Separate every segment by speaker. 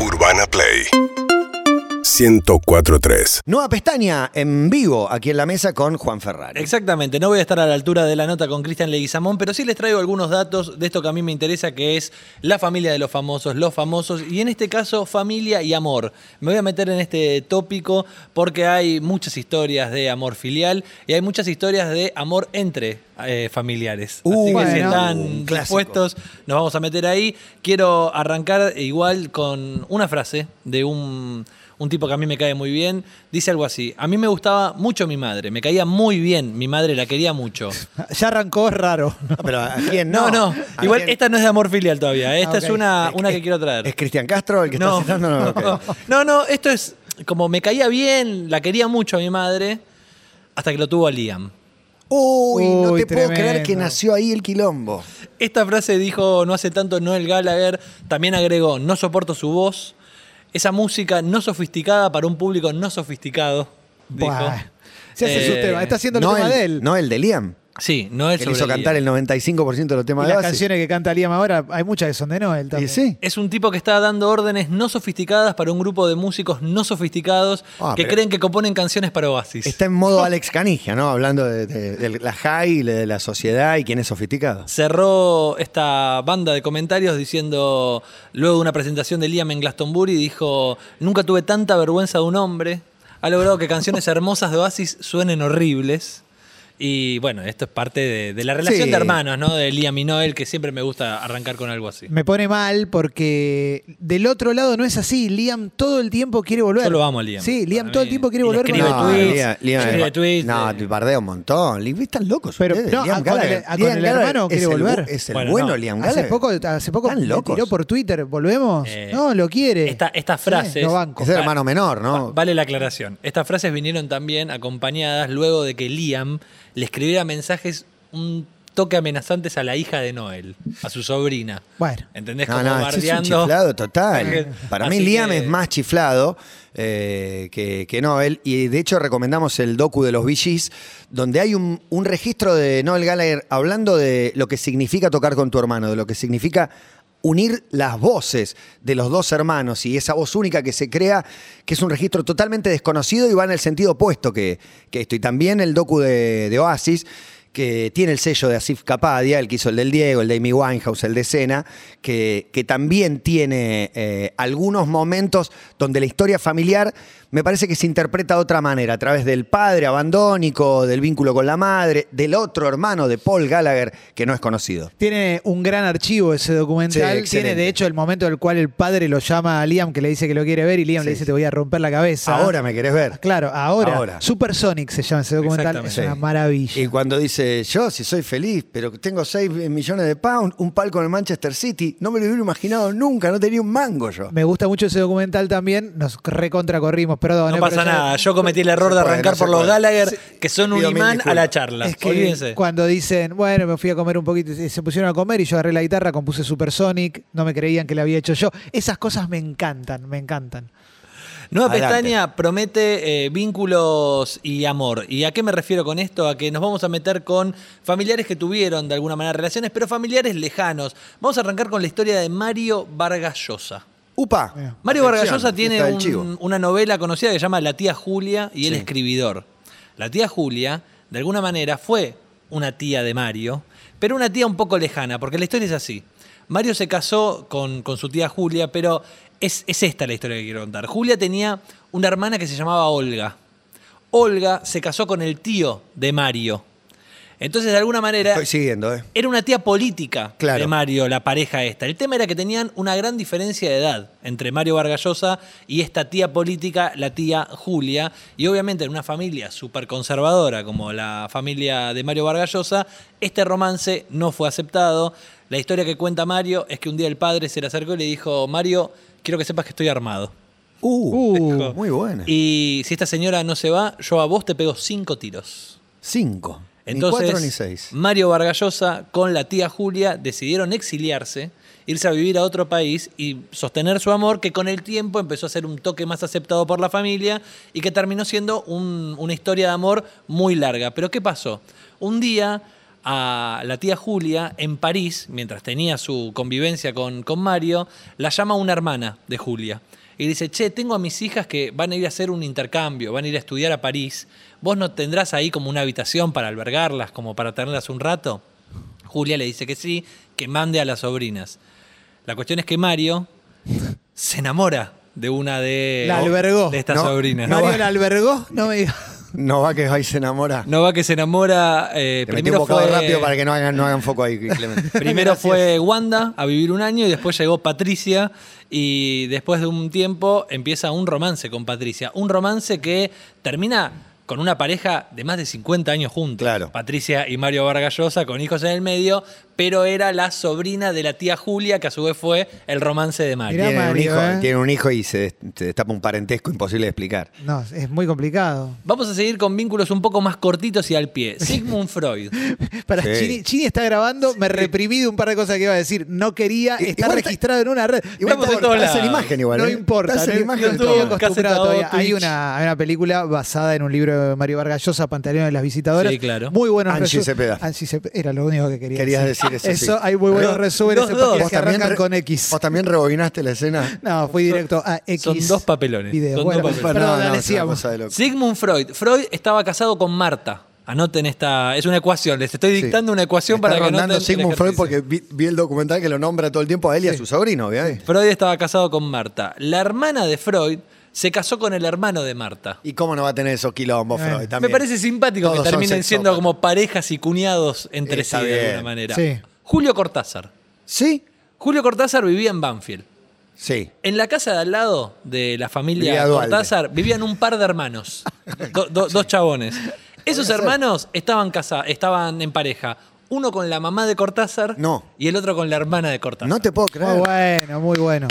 Speaker 1: Urbana Play 1043.
Speaker 2: Nueva pestaña en vivo aquí en la mesa con Juan Ferrari.
Speaker 3: Exactamente, no voy a estar a la altura de la nota con Cristian Leguizamón, pero sí les traigo algunos datos de esto que a mí me interesa, que es la familia de los famosos, los famosos, y en este caso familia y amor. Me voy a meter en este tópico porque hay muchas historias de amor filial y hay muchas historias de amor entre eh, familiares.
Speaker 2: Uh,
Speaker 3: Así que si
Speaker 2: bueno.
Speaker 3: están
Speaker 2: Un clásico.
Speaker 3: dispuestos, nos vamos a meter ahí. Quiero arrancar igual con una frase de un, un tipo que a mí me cae muy bien. Dice algo así, a mí me gustaba mucho mi madre, me caía muy bien, mi madre la quería mucho.
Speaker 4: Eh, Ya arrancó es raro.
Speaker 2: No, pero ¿a quién
Speaker 3: No,
Speaker 2: no?
Speaker 3: no,
Speaker 2: ¿A
Speaker 3: igual
Speaker 2: quién?
Speaker 3: esta no es de amor filial todavía, ¿eh? esta
Speaker 4: Ah,
Speaker 3: es
Speaker 4: ok.
Speaker 3: una,
Speaker 2: Es-
Speaker 3: una que
Speaker 2: es-
Speaker 3: quiero traer.
Speaker 2: ¿Es Cristian Castro el que
Speaker 3: no,
Speaker 2: está haciendo? No, no, no, ok.
Speaker 3: no, no, esto es como me caía bien, la quería mucho a mi madre, hasta que lo tuvo a Liam.
Speaker 2: Uy, no
Speaker 4: Uy,
Speaker 2: te puedo creer que
Speaker 4: tremendo.
Speaker 2: nació ahí el quilombo.
Speaker 3: Esta frase dijo no hace tanto Noel Gallagher, también agregó, no soporto su voz, esa música no sofisticada para un público no sofisticado. Dijo.
Speaker 4: Buah. Se hace
Speaker 3: Eh,
Speaker 4: su tema, está haciendo el
Speaker 2: no,
Speaker 4: tema
Speaker 2: el,
Speaker 4: de él.
Speaker 2: no el de Liam.
Speaker 3: Sí, Noel
Speaker 2: Que le
Speaker 3: sobre
Speaker 2: hizo
Speaker 3: Liam.
Speaker 2: cantar el 95% de los
Speaker 4: Y
Speaker 2: temas de
Speaker 4: las
Speaker 2: base.
Speaker 4: canciones que canta Liam ahora, hay muchas que son de Noel
Speaker 2: Y
Speaker 4: también.
Speaker 2: sí.
Speaker 3: Es un tipo que está dando órdenes no sofisticadas para un grupo de músicos no sofisticados
Speaker 2: Ah,
Speaker 3: que
Speaker 2: pero-
Speaker 3: creen que componen canciones para Oasis.
Speaker 2: Está en modo Alex Canigia, ¿no? Hablando de, de- de la high, de la sociedad y quién es sofisticado.
Speaker 3: Cerró esta banda de comentarios diciendo, luego de una presentación de Liam en Glastonbury, dijo, nunca tuve tanta vergüenza de un hombre, ha logrado que canciones hermosas de Oasis suenen horribles. Y bueno, esto es parte de, de la relación
Speaker 2: Sí.
Speaker 3: de hermanos, ¿no? De Liam y Noel, que siempre me gusta arrancar con algo así.
Speaker 4: Me pone mal porque del otro lado no es así. Liam todo el tiempo quiere volver.
Speaker 3: Yo lo amo a Liam.
Speaker 4: Sí, Liam
Speaker 3: Para
Speaker 4: todo el
Speaker 3: mí.
Speaker 4: tiempo quiere
Speaker 3: Y le
Speaker 4: volver. con
Speaker 3: escribe
Speaker 4: la-
Speaker 2: no,
Speaker 3: tweets,
Speaker 2: Liam- Liam-
Speaker 3: escribe tweets,
Speaker 2: No,
Speaker 3: eh.
Speaker 2: te bardea un montón. Liam, Están locos
Speaker 4: Pero,
Speaker 2: ustedes.
Speaker 4: no,
Speaker 2: Liam
Speaker 4: ah, con el-
Speaker 2: Gallagher-
Speaker 4: ah, con
Speaker 2: Liam
Speaker 4: el
Speaker 2: Gallagher
Speaker 4: hermano
Speaker 2: es
Speaker 4: quiere
Speaker 2: el bu-
Speaker 4: volver.
Speaker 2: Es el
Speaker 3: Bueno,
Speaker 2: bueno,
Speaker 3: no.
Speaker 2: Liam
Speaker 4: Hace
Speaker 2: Gallagher.
Speaker 4: poco, hace poco
Speaker 2: Están
Speaker 4: le
Speaker 2: locos.
Speaker 4: tiró por Twitter, ¿volvemos?
Speaker 3: Eh,
Speaker 4: no, lo quiere.
Speaker 3: esta- estas
Speaker 4: Sí,
Speaker 3: frases-
Speaker 4: lo banco.
Speaker 2: Es el hermano menor, ¿no?
Speaker 3: Va- Vale la aclaración. Estas frases vinieron también acompañadas luego de que Liam le escribiera mensajes un toque amenazantes a la hija de Noel, a su sobrina.
Speaker 4: Bueno.
Speaker 3: ¿Entendés?
Speaker 2: No,
Speaker 3: Como
Speaker 2: no, este es un
Speaker 3: bardeando.
Speaker 2: chiflado total.
Speaker 3: Ángel.
Speaker 2: Para
Speaker 3: Así
Speaker 2: mí Liam
Speaker 3: que-
Speaker 2: es más chiflado eh, que, que Noel. Y de hecho recomendamos el docu de los VGs, donde hay un, un registro de Noel Gallagher hablando de lo que significa tocar con tu hermano, de lo que significa unir las voces de los dos hermanos y esa voz única que se crea, que es un registro totalmente desconocido y va en el sentido opuesto que, que esto. Y también el docu de, de Oasis, que tiene el sello de Asif Kapadia, el que hizo el del Diego, el de Amy Winehouse, el de Cena, que, que también tiene eh, algunos momentos donde la historia familiar me parece que se interpreta de otra manera, a través del padre abandónico, del vínculo con la madre, del otro hermano de Paul Gallagher, que no es conocido.
Speaker 4: Tiene un gran archivo ese
Speaker 2: Sí,
Speaker 4: documental.
Speaker 2: excelente.
Speaker 4: Tiene, de hecho, el momento en el cual el padre lo llama a Liam, que le dice que lo quiere ver, y Liam
Speaker 2: Sí,
Speaker 4: le dice:
Speaker 2: sí.
Speaker 4: Te voy a romper la cabeza.
Speaker 2: Ahora me querés ver.
Speaker 4: Claro, ahora.
Speaker 2: Ahora.
Speaker 4: Supersonic se llama ese documental. Es
Speaker 3: Exactamente.
Speaker 4: una
Speaker 2: Sí.
Speaker 4: maravilla.
Speaker 2: Y cuando dice, yo si soy feliz, pero tengo 6 millones de pounds, un palco en el Manchester City, no me lo hubiera imaginado nunca, no tenía un mango yo.
Speaker 4: Me gusta mucho ese documental también. Nos recontracorrimos, perdón.
Speaker 3: No
Speaker 4: eh,
Speaker 3: pasa
Speaker 4: pero ya-
Speaker 3: nada. Yo cometí el error
Speaker 2: se
Speaker 3: de
Speaker 2: puede,
Speaker 3: arrancar
Speaker 2: no se
Speaker 3: por los
Speaker 2: puede.
Speaker 3: Gallagher,
Speaker 2: Sí.
Speaker 3: que son un
Speaker 2: Pido mil
Speaker 3: imán a la
Speaker 2: disculpas.
Speaker 3: charla.
Speaker 4: Es que
Speaker 3: Olvídense.
Speaker 4: cuando dicen, bueno, me fui a comer un poquito, y se pusieron a comer y yo agarré la guitarra, compuse Supersonic, no me creían que la había hecho yo. Esas cosas me encantan, me encantan.
Speaker 3: Nueva
Speaker 2: Adelante.
Speaker 3: pestaña promete eh, vínculos y amor. ¿Y a qué me refiero con esto? A que nos vamos a meter con familiares que tuvieron de alguna manera relaciones, pero familiares lejanos. Vamos a arrancar con la historia de Mario Vargas Llosa.
Speaker 2: Upa.
Speaker 3: Mario
Speaker 2: Atención,
Speaker 3: Vargas Llosa tiene
Speaker 2: fiesta del
Speaker 3: un-
Speaker 2: chivo.
Speaker 3: una novela conocida que se llama La tía Julia y el escribidor. La tía Julia, de alguna manera, fue una tía de Mario, pero una tía un poco lejana, porque la historia es así. Mario se casó con, con su tía Julia, pero es, es esta la historia que quiero contar. Julia tenía una hermana que se llamaba Olga. Olga se casó con el tío de Mario. Entonces, de alguna manera,
Speaker 2: Estoy siguiendo, ¿eh?
Speaker 3: era una tía política
Speaker 2: Claro.
Speaker 3: de Mario, la pareja esta. El tema era que tenían una gran diferencia de edad entre Mario Vargallosa y esta tía política, la tía Julia. Y obviamente en una familia súper conservadora como la familia de Mario Vargallosa, este romance no fue aceptado. La historia que cuenta Mario es que un día el padre se le acercó y le dijo, Mario, quiero que sepas que estoy armado.
Speaker 2: Uh,
Speaker 4: Uh,
Speaker 2: muy buena.
Speaker 3: Y si esta señora no se va, yo a vos te pego cinco tiros.
Speaker 2: Cinco.
Speaker 3: Entonces,
Speaker 2: ni cuatro ni seis.
Speaker 3: Mario Vargallosa con la tía Julia decidieron exiliarse, irse a vivir a otro país y sostener su amor, que con el tiempo empezó a ser un toque más aceptado por la familia y que terminó siendo un- una historia de amor muy larga. Pero ¿qué pasó? Un día a la tía Julia en París, mientras tenía su convivencia con, con Mario, la llama una hermana de Julia. Y dice, che, tengo a mis hijas que van a ir a hacer un intercambio, van a ir a estudiar a París. ¿Vos no tendrás ahí como una habitación para albergarlas, como para tenerlas un rato? Julia le dice que sí, que mande a las sobrinas. La cuestión es que Mario se enamora de una de,
Speaker 4: La albergó.
Speaker 3: de estas
Speaker 2: No,
Speaker 3: sobrinas.
Speaker 2: no
Speaker 4: Mario
Speaker 2: va.
Speaker 4: la albergó, no me digas.
Speaker 2: No va que ahí se enamora.
Speaker 3: No va que se enamora. eh,
Speaker 2: Te metí un
Speaker 3: primero
Speaker 2: bocado
Speaker 3: fue,
Speaker 2: rápido para que no hagan, no hagan foco ahí, Clemente.
Speaker 3: primero fue Wanda a vivir un año y después llegó Patricia. Y después de un tiempo empieza un romance con Patricia. Un romance que termina con una pareja de más de 50 años juntos.
Speaker 2: Claro.
Speaker 3: Patricia y Mario Vargallosa con hijos en el medio, pero era la sobrina de la tía Julia, que a su vez fue el romance de Mario.
Speaker 4: Mirá
Speaker 2: Tienen, un
Speaker 4: Mario,
Speaker 2: hijo,
Speaker 4: eh.
Speaker 2: tienen un hijo y se, des- se destapa un parentesco imposible de explicar.
Speaker 4: No, es muy complicado.
Speaker 3: Vamos a seguir con vínculos un poco más cortitos y al pie. Sigmund Freud.
Speaker 4: Para
Speaker 2: Sí.
Speaker 4: Chini, Chini está grabando, me reprimí de un par de cosas que iba a decir. No quería
Speaker 2: I-
Speaker 4: estar
Speaker 2: igual está-
Speaker 4: registrado en una red.
Speaker 2: Igual
Speaker 3: Estamos
Speaker 2: está-
Speaker 3: en todos
Speaker 2: estás en
Speaker 3: lados.
Speaker 2: imagen igual.
Speaker 4: no
Speaker 2: ¿eh?
Speaker 4: importa,
Speaker 2: Estás en
Speaker 4: no-
Speaker 2: imagen
Speaker 4: no
Speaker 2: todo.
Speaker 4: estoy acostumbrado
Speaker 3: Casetado,
Speaker 4: todavía. Hay
Speaker 3: Twitch.
Speaker 4: una, hay una película basada en un libro de Mario Vargas Llosa, Pantaleón de las Visitadoras.
Speaker 3: Sí, claro.
Speaker 4: Muy buenos
Speaker 2: Angie
Speaker 4: resu-
Speaker 2: Cepeda.
Speaker 4: Angie Cepeda, era lo único que quería
Speaker 2: Querías decir eso, sí.
Speaker 4: hay muy buenos resúmenes
Speaker 3: dos,
Speaker 4: en
Speaker 3: dos.
Speaker 4: podcast
Speaker 2: Vos
Speaker 4: que arrancan
Speaker 2: re-
Speaker 4: con X.
Speaker 2: ¿Vos también rebobinaste la escena?
Speaker 4: No, fui directo a X.
Speaker 3: Son dos papelones.
Speaker 4: videos.
Speaker 3: Son
Speaker 4: Bueno,
Speaker 3: dos papelones.
Speaker 4: perdón,
Speaker 2: no,
Speaker 4: dale,
Speaker 2: no, es una
Speaker 4: sigamos.
Speaker 2: cosa de loco.
Speaker 3: Sigmund Freud. Freud estaba casado con Marta. Anoten esta. Es una ecuación. Les estoy
Speaker 2: Sí.
Speaker 3: dictando una ecuación
Speaker 2: Está
Speaker 3: para que anoten.
Speaker 2: rondando
Speaker 3: el
Speaker 2: Sigmund Freud porque
Speaker 3: ejercicio.
Speaker 2: vi, vi el documental que lo nombra todo el tiempo a él y a su sobrino, ¿verdad?
Speaker 3: Freud estaba casado con Marta. La hermana de Freud se casó con el hermano de Marta.
Speaker 2: ¿Y cómo no va a tener esos quilombos,
Speaker 4: Bueno.
Speaker 2: Freud? También.
Speaker 3: Eh, Me parece simpático
Speaker 2: Todos
Speaker 3: que
Speaker 2: son
Speaker 3: terminen siendo
Speaker 2: sexópatas.
Speaker 3: como parejas y cuñados entre
Speaker 2: Está
Speaker 3: sí de alguna
Speaker 2: bien.
Speaker 3: manera.
Speaker 4: Sí.
Speaker 3: Julio Cortázar.
Speaker 2: ¿Sí?
Speaker 3: Julio Cortázar vivía en Banfield.
Speaker 2: Sí.
Speaker 3: En la casa de al lado de la familia
Speaker 2: Vivía Dualde.
Speaker 3: Cortázar vivían un par de hermanos, do- do- dos chabones. Esos hermanos estaban, casa, estaban en pareja, uno con la mamá de Cortázar
Speaker 2: No.
Speaker 3: y el otro con la hermana de Cortázar.
Speaker 2: No te puedo
Speaker 4: Muy
Speaker 2: creer.
Speaker 4: bueno, muy bueno.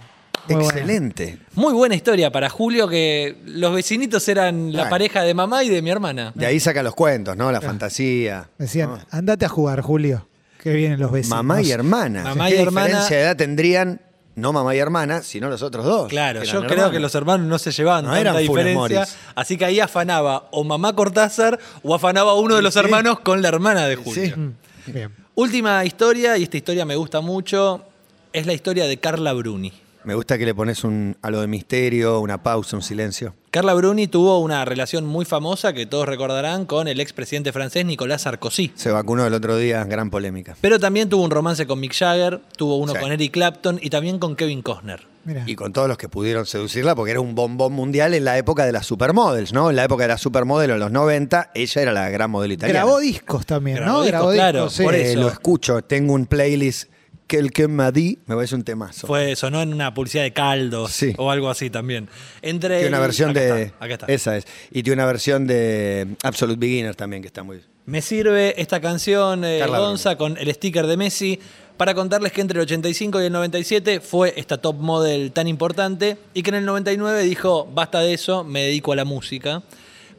Speaker 4: muy bueno.
Speaker 2: Excelente.
Speaker 3: Muy buena historia para Julio, que los vecinitos eran la
Speaker 2: Claro.
Speaker 3: pareja de mamá y de mi hermana.
Speaker 2: De ahí saca los cuentos, ¿no?
Speaker 3: Eh.
Speaker 2: La fantasía.
Speaker 4: Decían,
Speaker 2: ¿no?
Speaker 4: andate a jugar, Julio, que vienen los vecinos.
Speaker 2: Ah. Mamá y hermana.
Speaker 3: Mamá
Speaker 2: ¿Qué
Speaker 3: y hermana-
Speaker 2: diferencia de edad tendrían, no mamá y hermana, sino los otros dos?
Speaker 3: Claro,
Speaker 2: que
Speaker 3: yo
Speaker 2: eran
Speaker 3: creo
Speaker 2: hermanos?
Speaker 3: que los hermanos no se llevaban
Speaker 2: No
Speaker 3: tanta
Speaker 2: eran Funes
Speaker 3: diferencia.
Speaker 2: Moris.
Speaker 3: Así que ahí afanaba o mamá Cortázar o afanaba uno de los hermanos con la hermana de Julio.
Speaker 2: Sí.
Speaker 4: Bien.
Speaker 3: Última historia, y esta historia me gusta mucho, es la historia de Carla Bruni.
Speaker 2: Me gusta que le pones un, algo de misterio, una pausa, un silencio.
Speaker 3: Carla Bruni tuvo una relación muy famosa que todos recordarán con el expresidente francés Nicolás Sarkozy.
Speaker 2: Se vacunó el otro día, gran polémica.
Speaker 3: Pero también tuvo un romance con Mick Jagger, tuvo uno
Speaker 2: Sí.
Speaker 3: con Eric Clapton y también con Kevin Costner.
Speaker 4: Mira.
Speaker 2: Y con todos los que pudieron seducirla, porque era un bombón mundial en la época de las supermodels, ¿no? En la época de las supermodels, en los 90, ella era la gran modelo italiana.
Speaker 4: Grabó discos también,
Speaker 3: Grabó
Speaker 4: ¿no?
Speaker 3: discos, claro,
Speaker 4: sí.
Speaker 3: por
Speaker 2: Eh,
Speaker 3: eso.
Speaker 2: lo escucho, tengo un playlist que el que me di me parece un temazo.
Speaker 3: Fue, sonó en una publicidad de caldos
Speaker 2: Sí.
Speaker 3: o algo así también. Entre
Speaker 2: Tiene una
Speaker 3: el-
Speaker 2: versión
Speaker 3: acá
Speaker 2: de.
Speaker 3: está, acá está.
Speaker 2: Esa es. Y tiene una versión de Absolute Beginner también, que está muy.
Speaker 3: Me sirve esta canción, eh,
Speaker 2: Carla
Speaker 3: Gonza, con el sticker de Messi, para contarles que entre el 85 y el 97 fue esta top model tan importante y que en el 99 dijo, basta de eso, me dedico a la música.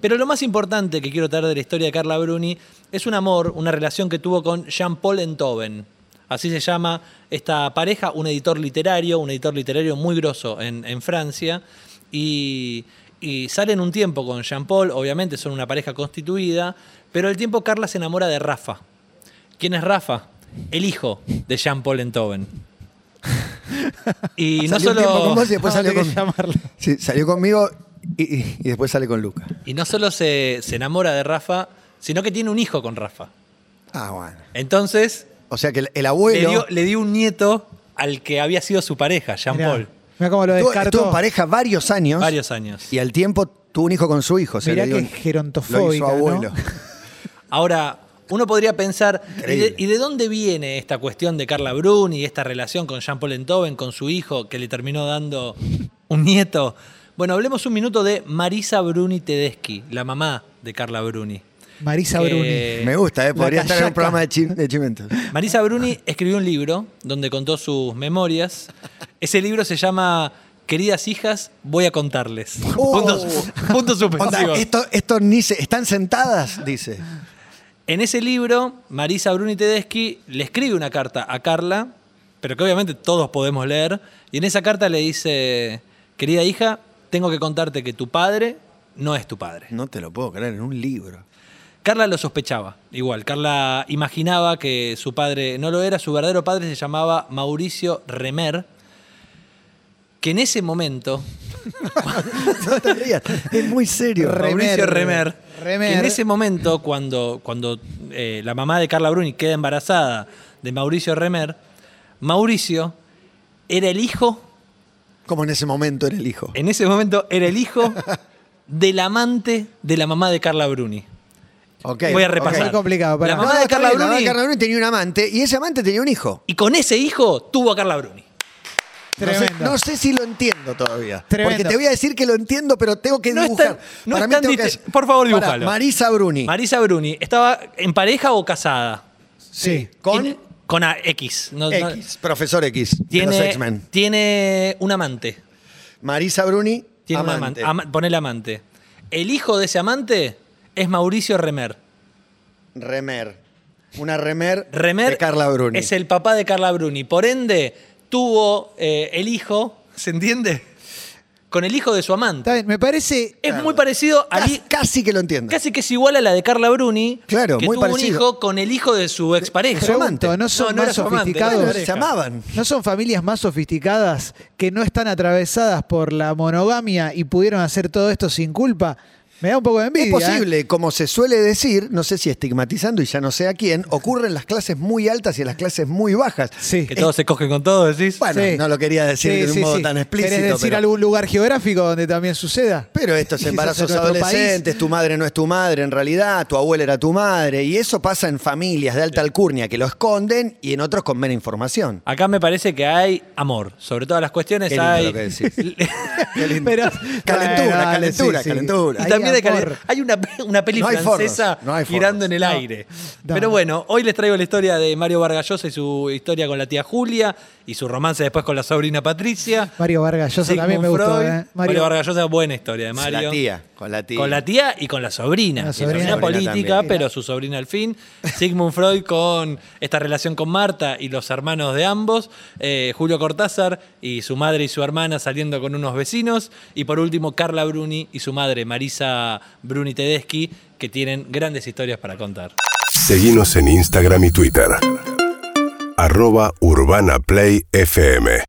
Speaker 3: Pero lo más importante que quiero traer de la historia de Carla Bruni es un amor, una relación que tuvo con Jean-Paul Enthoven. Así se llama esta pareja, un editor literario, un editor literario muy grosso en, en Francia. Y, y salen un tiempo con Jean-Paul, obviamente son una pareja constituida, pero al tiempo Carla se enamora de Rafa. ¿Quién es Rafa? El hijo de Jean-Paul Enthoven. Y no
Speaker 2: Salió un tiempo con
Speaker 3: solo...
Speaker 2: vos y después
Speaker 4: No,
Speaker 2: salió,
Speaker 4: Ah,
Speaker 2: con-
Speaker 4: tenés que llamarlo.
Speaker 2: Sí, salió conmigo y, y- y después sale con Luca.
Speaker 3: Y no solo se, se enamora de Rafa, sino que tiene un hijo con Rafa.
Speaker 2: Ah, bueno.
Speaker 3: Entonces,
Speaker 2: O sea que el, el
Speaker 3: le
Speaker 2: abuelo.
Speaker 3: dio, le dio un nieto al que había sido su pareja, Jean-Paul.
Speaker 4: Mira cómo lo
Speaker 2: estuvo,
Speaker 4: descartó.
Speaker 2: estuvo en pareja varios años.
Speaker 3: Varios años.
Speaker 2: Y al tiempo tuvo un hijo con su hijo. se
Speaker 4: Mirá
Speaker 2: le dio
Speaker 4: que
Speaker 2: un-
Speaker 4: gerontofóbica,
Speaker 2: Lo hizo
Speaker 4: ¿no?
Speaker 2: abuelo.
Speaker 3: Ahora, uno podría pensar, ¿y de,
Speaker 2: Increíble.
Speaker 3: y de dónde viene esta cuestión de Carla Bruni, esta relación con Jean-Paul Enthoven, con su hijo, que le terminó dando un nieto? Bueno, hablemos un minuto de Marisa Bruni Tedeschi, la mamá de Carla Bruni.
Speaker 4: Marisa Bruni.
Speaker 3: Eh,
Speaker 2: Me gusta, ¿eh? Podría
Speaker 4: la
Speaker 2: estar en
Speaker 4: callaca.
Speaker 2: un programa de, chi- de chimentos.
Speaker 3: Marisa Bruni escribió un libro donde contó sus memorias. Ese libro se llama Queridas hijas, voy a contarles.
Speaker 2: Oh.
Speaker 3: Puntos, puntos
Speaker 2: Onda,
Speaker 3: suspensivos.
Speaker 2: esto, esto ni se. ¿Están sentadas? Dice.
Speaker 3: En ese libro, Marisa Bruni Tedeschi le escribe una carta a Carla, pero que obviamente todos podemos leer, y en esa carta le dice, querida hija, tengo que contarte que tu padre no es tu padre.
Speaker 2: No te lo puedo creer, en un libro.
Speaker 3: Carla lo sospechaba, igual. Carla imaginaba que su padre no lo era, su verdadero padre se llamaba Mauricio Remer, que en ese momento,
Speaker 2: No te rías, es muy serio.
Speaker 4: Re- Remer.
Speaker 3: Mauricio Remer,
Speaker 4: Remer.
Speaker 3: que en ese momento, cuando, cuando eh, la mamá de Carla Bruni queda embarazada de Mauricio Remer, Mauricio era el hijo,
Speaker 2: Como en ese momento era el hijo.
Speaker 3: en ese momento era el hijo del amante de la mamá de Carla Bruni.
Speaker 2: Ok,
Speaker 3: Voy a
Speaker 2: ok.
Speaker 3: repasar.
Speaker 4: Muy complicado, pará.
Speaker 3: La mamá
Speaker 2: No,
Speaker 3: de
Speaker 2: está
Speaker 3: Carla
Speaker 2: bien, La mamá
Speaker 3: Bruni.
Speaker 2: de Carla Bruni tenía un amante y ese amante tenía un hijo.
Speaker 3: Y con ese hijo tuvo a Carla Bruni.
Speaker 2: No sé-
Speaker 4: Tremendo.
Speaker 2: No sé, si lo entiendo todavía.
Speaker 4: Tremendo.
Speaker 2: Porque te voy a decir que lo entiendo, pero tengo que
Speaker 3: No es
Speaker 2: dibujar.
Speaker 3: tan- no
Speaker 2: Para
Speaker 3: es
Speaker 2: mí
Speaker 3: tan
Speaker 2: tengo que
Speaker 3: dist-
Speaker 2: hacer-
Speaker 3: por favor,
Speaker 2: Pará,
Speaker 3: dibújalo.
Speaker 2: Marisa Bruni.
Speaker 3: Marisa Bruni, ¿estaba en pareja o casada?
Speaker 4: Sí.
Speaker 2: con
Speaker 3: Y- Con a, X. no- no-
Speaker 2: X, profesor X. de los
Speaker 3: tiene,
Speaker 2: X-Men.
Speaker 3: tiene un amante.
Speaker 2: Marisa Bruni,
Speaker 3: Tiene un
Speaker 2: amante.
Speaker 3: amante. Ama- ponele amante. El hijo de ese amante es Mauricio Remer.
Speaker 2: remer. Una remer,
Speaker 3: Remer
Speaker 2: de Carla Bruni.
Speaker 3: es el papá de Carla Bruni. Por ende, tuvo eh, el hijo, ¿se entiende? Con el hijo de su amante.
Speaker 4: Está bien, me parece.
Speaker 3: Es muy parecido a...
Speaker 2: casi, casi que lo entiendo.
Speaker 3: Casi que es igual a la de Carla Bruni,
Speaker 2: Claro,
Speaker 3: que
Speaker 2: muy
Speaker 3: tuvo un
Speaker 2: parecido.
Speaker 3: hijo con el hijo de su expareja.
Speaker 2: su amante.
Speaker 4: Pregunto, ¿no son
Speaker 3: no
Speaker 4: más
Speaker 3: era su amante,
Speaker 4: sofisticados?
Speaker 3: era
Speaker 2: Bueno,
Speaker 3: pareja.
Speaker 2: se amaban.
Speaker 4: ¿No son familias más sofisticadas que no están atravesadas por la monogamia y pudieron hacer todo esto sin culpa? Me da un poco de envidia.
Speaker 2: Es
Speaker 4: ¿eh?
Speaker 2: posible, como se suele decir, no sé si estigmatizando y ya no sé a quién, ocurren las clases muy altas y las clases muy bajas.
Speaker 4: Sí.
Speaker 3: Que todos se cogen con todo, decís.
Speaker 2: Bueno,
Speaker 4: Sí.
Speaker 2: no lo quería decir
Speaker 4: Sí,
Speaker 2: de un
Speaker 4: sí,
Speaker 2: modo
Speaker 4: sí.
Speaker 2: tan explícito.
Speaker 4: ¿Querés decir
Speaker 2: pero,
Speaker 4: algún lugar geográfico donde también suceda?
Speaker 2: pero estos
Speaker 4: Quizás en
Speaker 2: embarazos
Speaker 4: nuestro país.
Speaker 2: adolescentes, tu madre no es tu madre en realidad, tu abuela era tu madre, y eso pasa en familias de alta alcurnia que lo esconden y en otros con menos información.
Speaker 3: Acá me parece que hay amor. Sobre todas las cuestiones
Speaker 2: Qué lindo
Speaker 3: hay.
Speaker 2: lo que decís.
Speaker 4: Pero-
Speaker 2: Calentura,
Speaker 4: Bueno, dale,
Speaker 2: calentura,
Speaker 4: sí, sí.
Speaker 2: calentura.
Speaker 3: Y
Speaker 4: Hay
Speaker 3: también hay,
Speaker 4: amor.
Speaker 3: calen- hay una, una peli
Speaker 2: No hay forros,
Speaker 3: francesa
Speaker 2: no hay forros.
Speaker 3: girando en el
Speaker 4: No.
Speaker 3: aire.
Speaker 4: No,
Speaker 3: Pero
Speaker 4: no.
Speaker 3: bueno, hoy les traigo la historia de Mario Vargallosa y su historia con la tía Julia y su romance después con la sobrina Patricia.
Speaker 4: Mario Vargas Llosa también me
Speaker 3: Sigmund
Speaker 4: gustó.
Speaker 3: Freud.
Speaker 4: ¿eh?
Speaker 3: Mario, Vargas Llosa, buena historia de Mario.
Speaker 2: La tía, con la tía.
Speaker 3: Con la tía y con la sobrina.
Speaker 4: La
Speaker 3: La
Speaker 4: sobrina.
Speaker 3: sobrina,
Speaker 4: La
Speaker 2: sobrina
Speaker 3: política,
Speaker 2: también.
Speaker 3: pero su sobrina al fin. Sigmund Freud con esta relación con Marta y los hermanos de ambos. Eh, Julio Cortázar y su madre y su hermana saliendo con unos vecinos. Y por último, Carla Bruni y su madre, Marisa Bruni Tedeschi, que tienen grandes historias para contar.
Speaker 1: Seguinos en Instagram y Twitter. Arroba Urbana Play FM.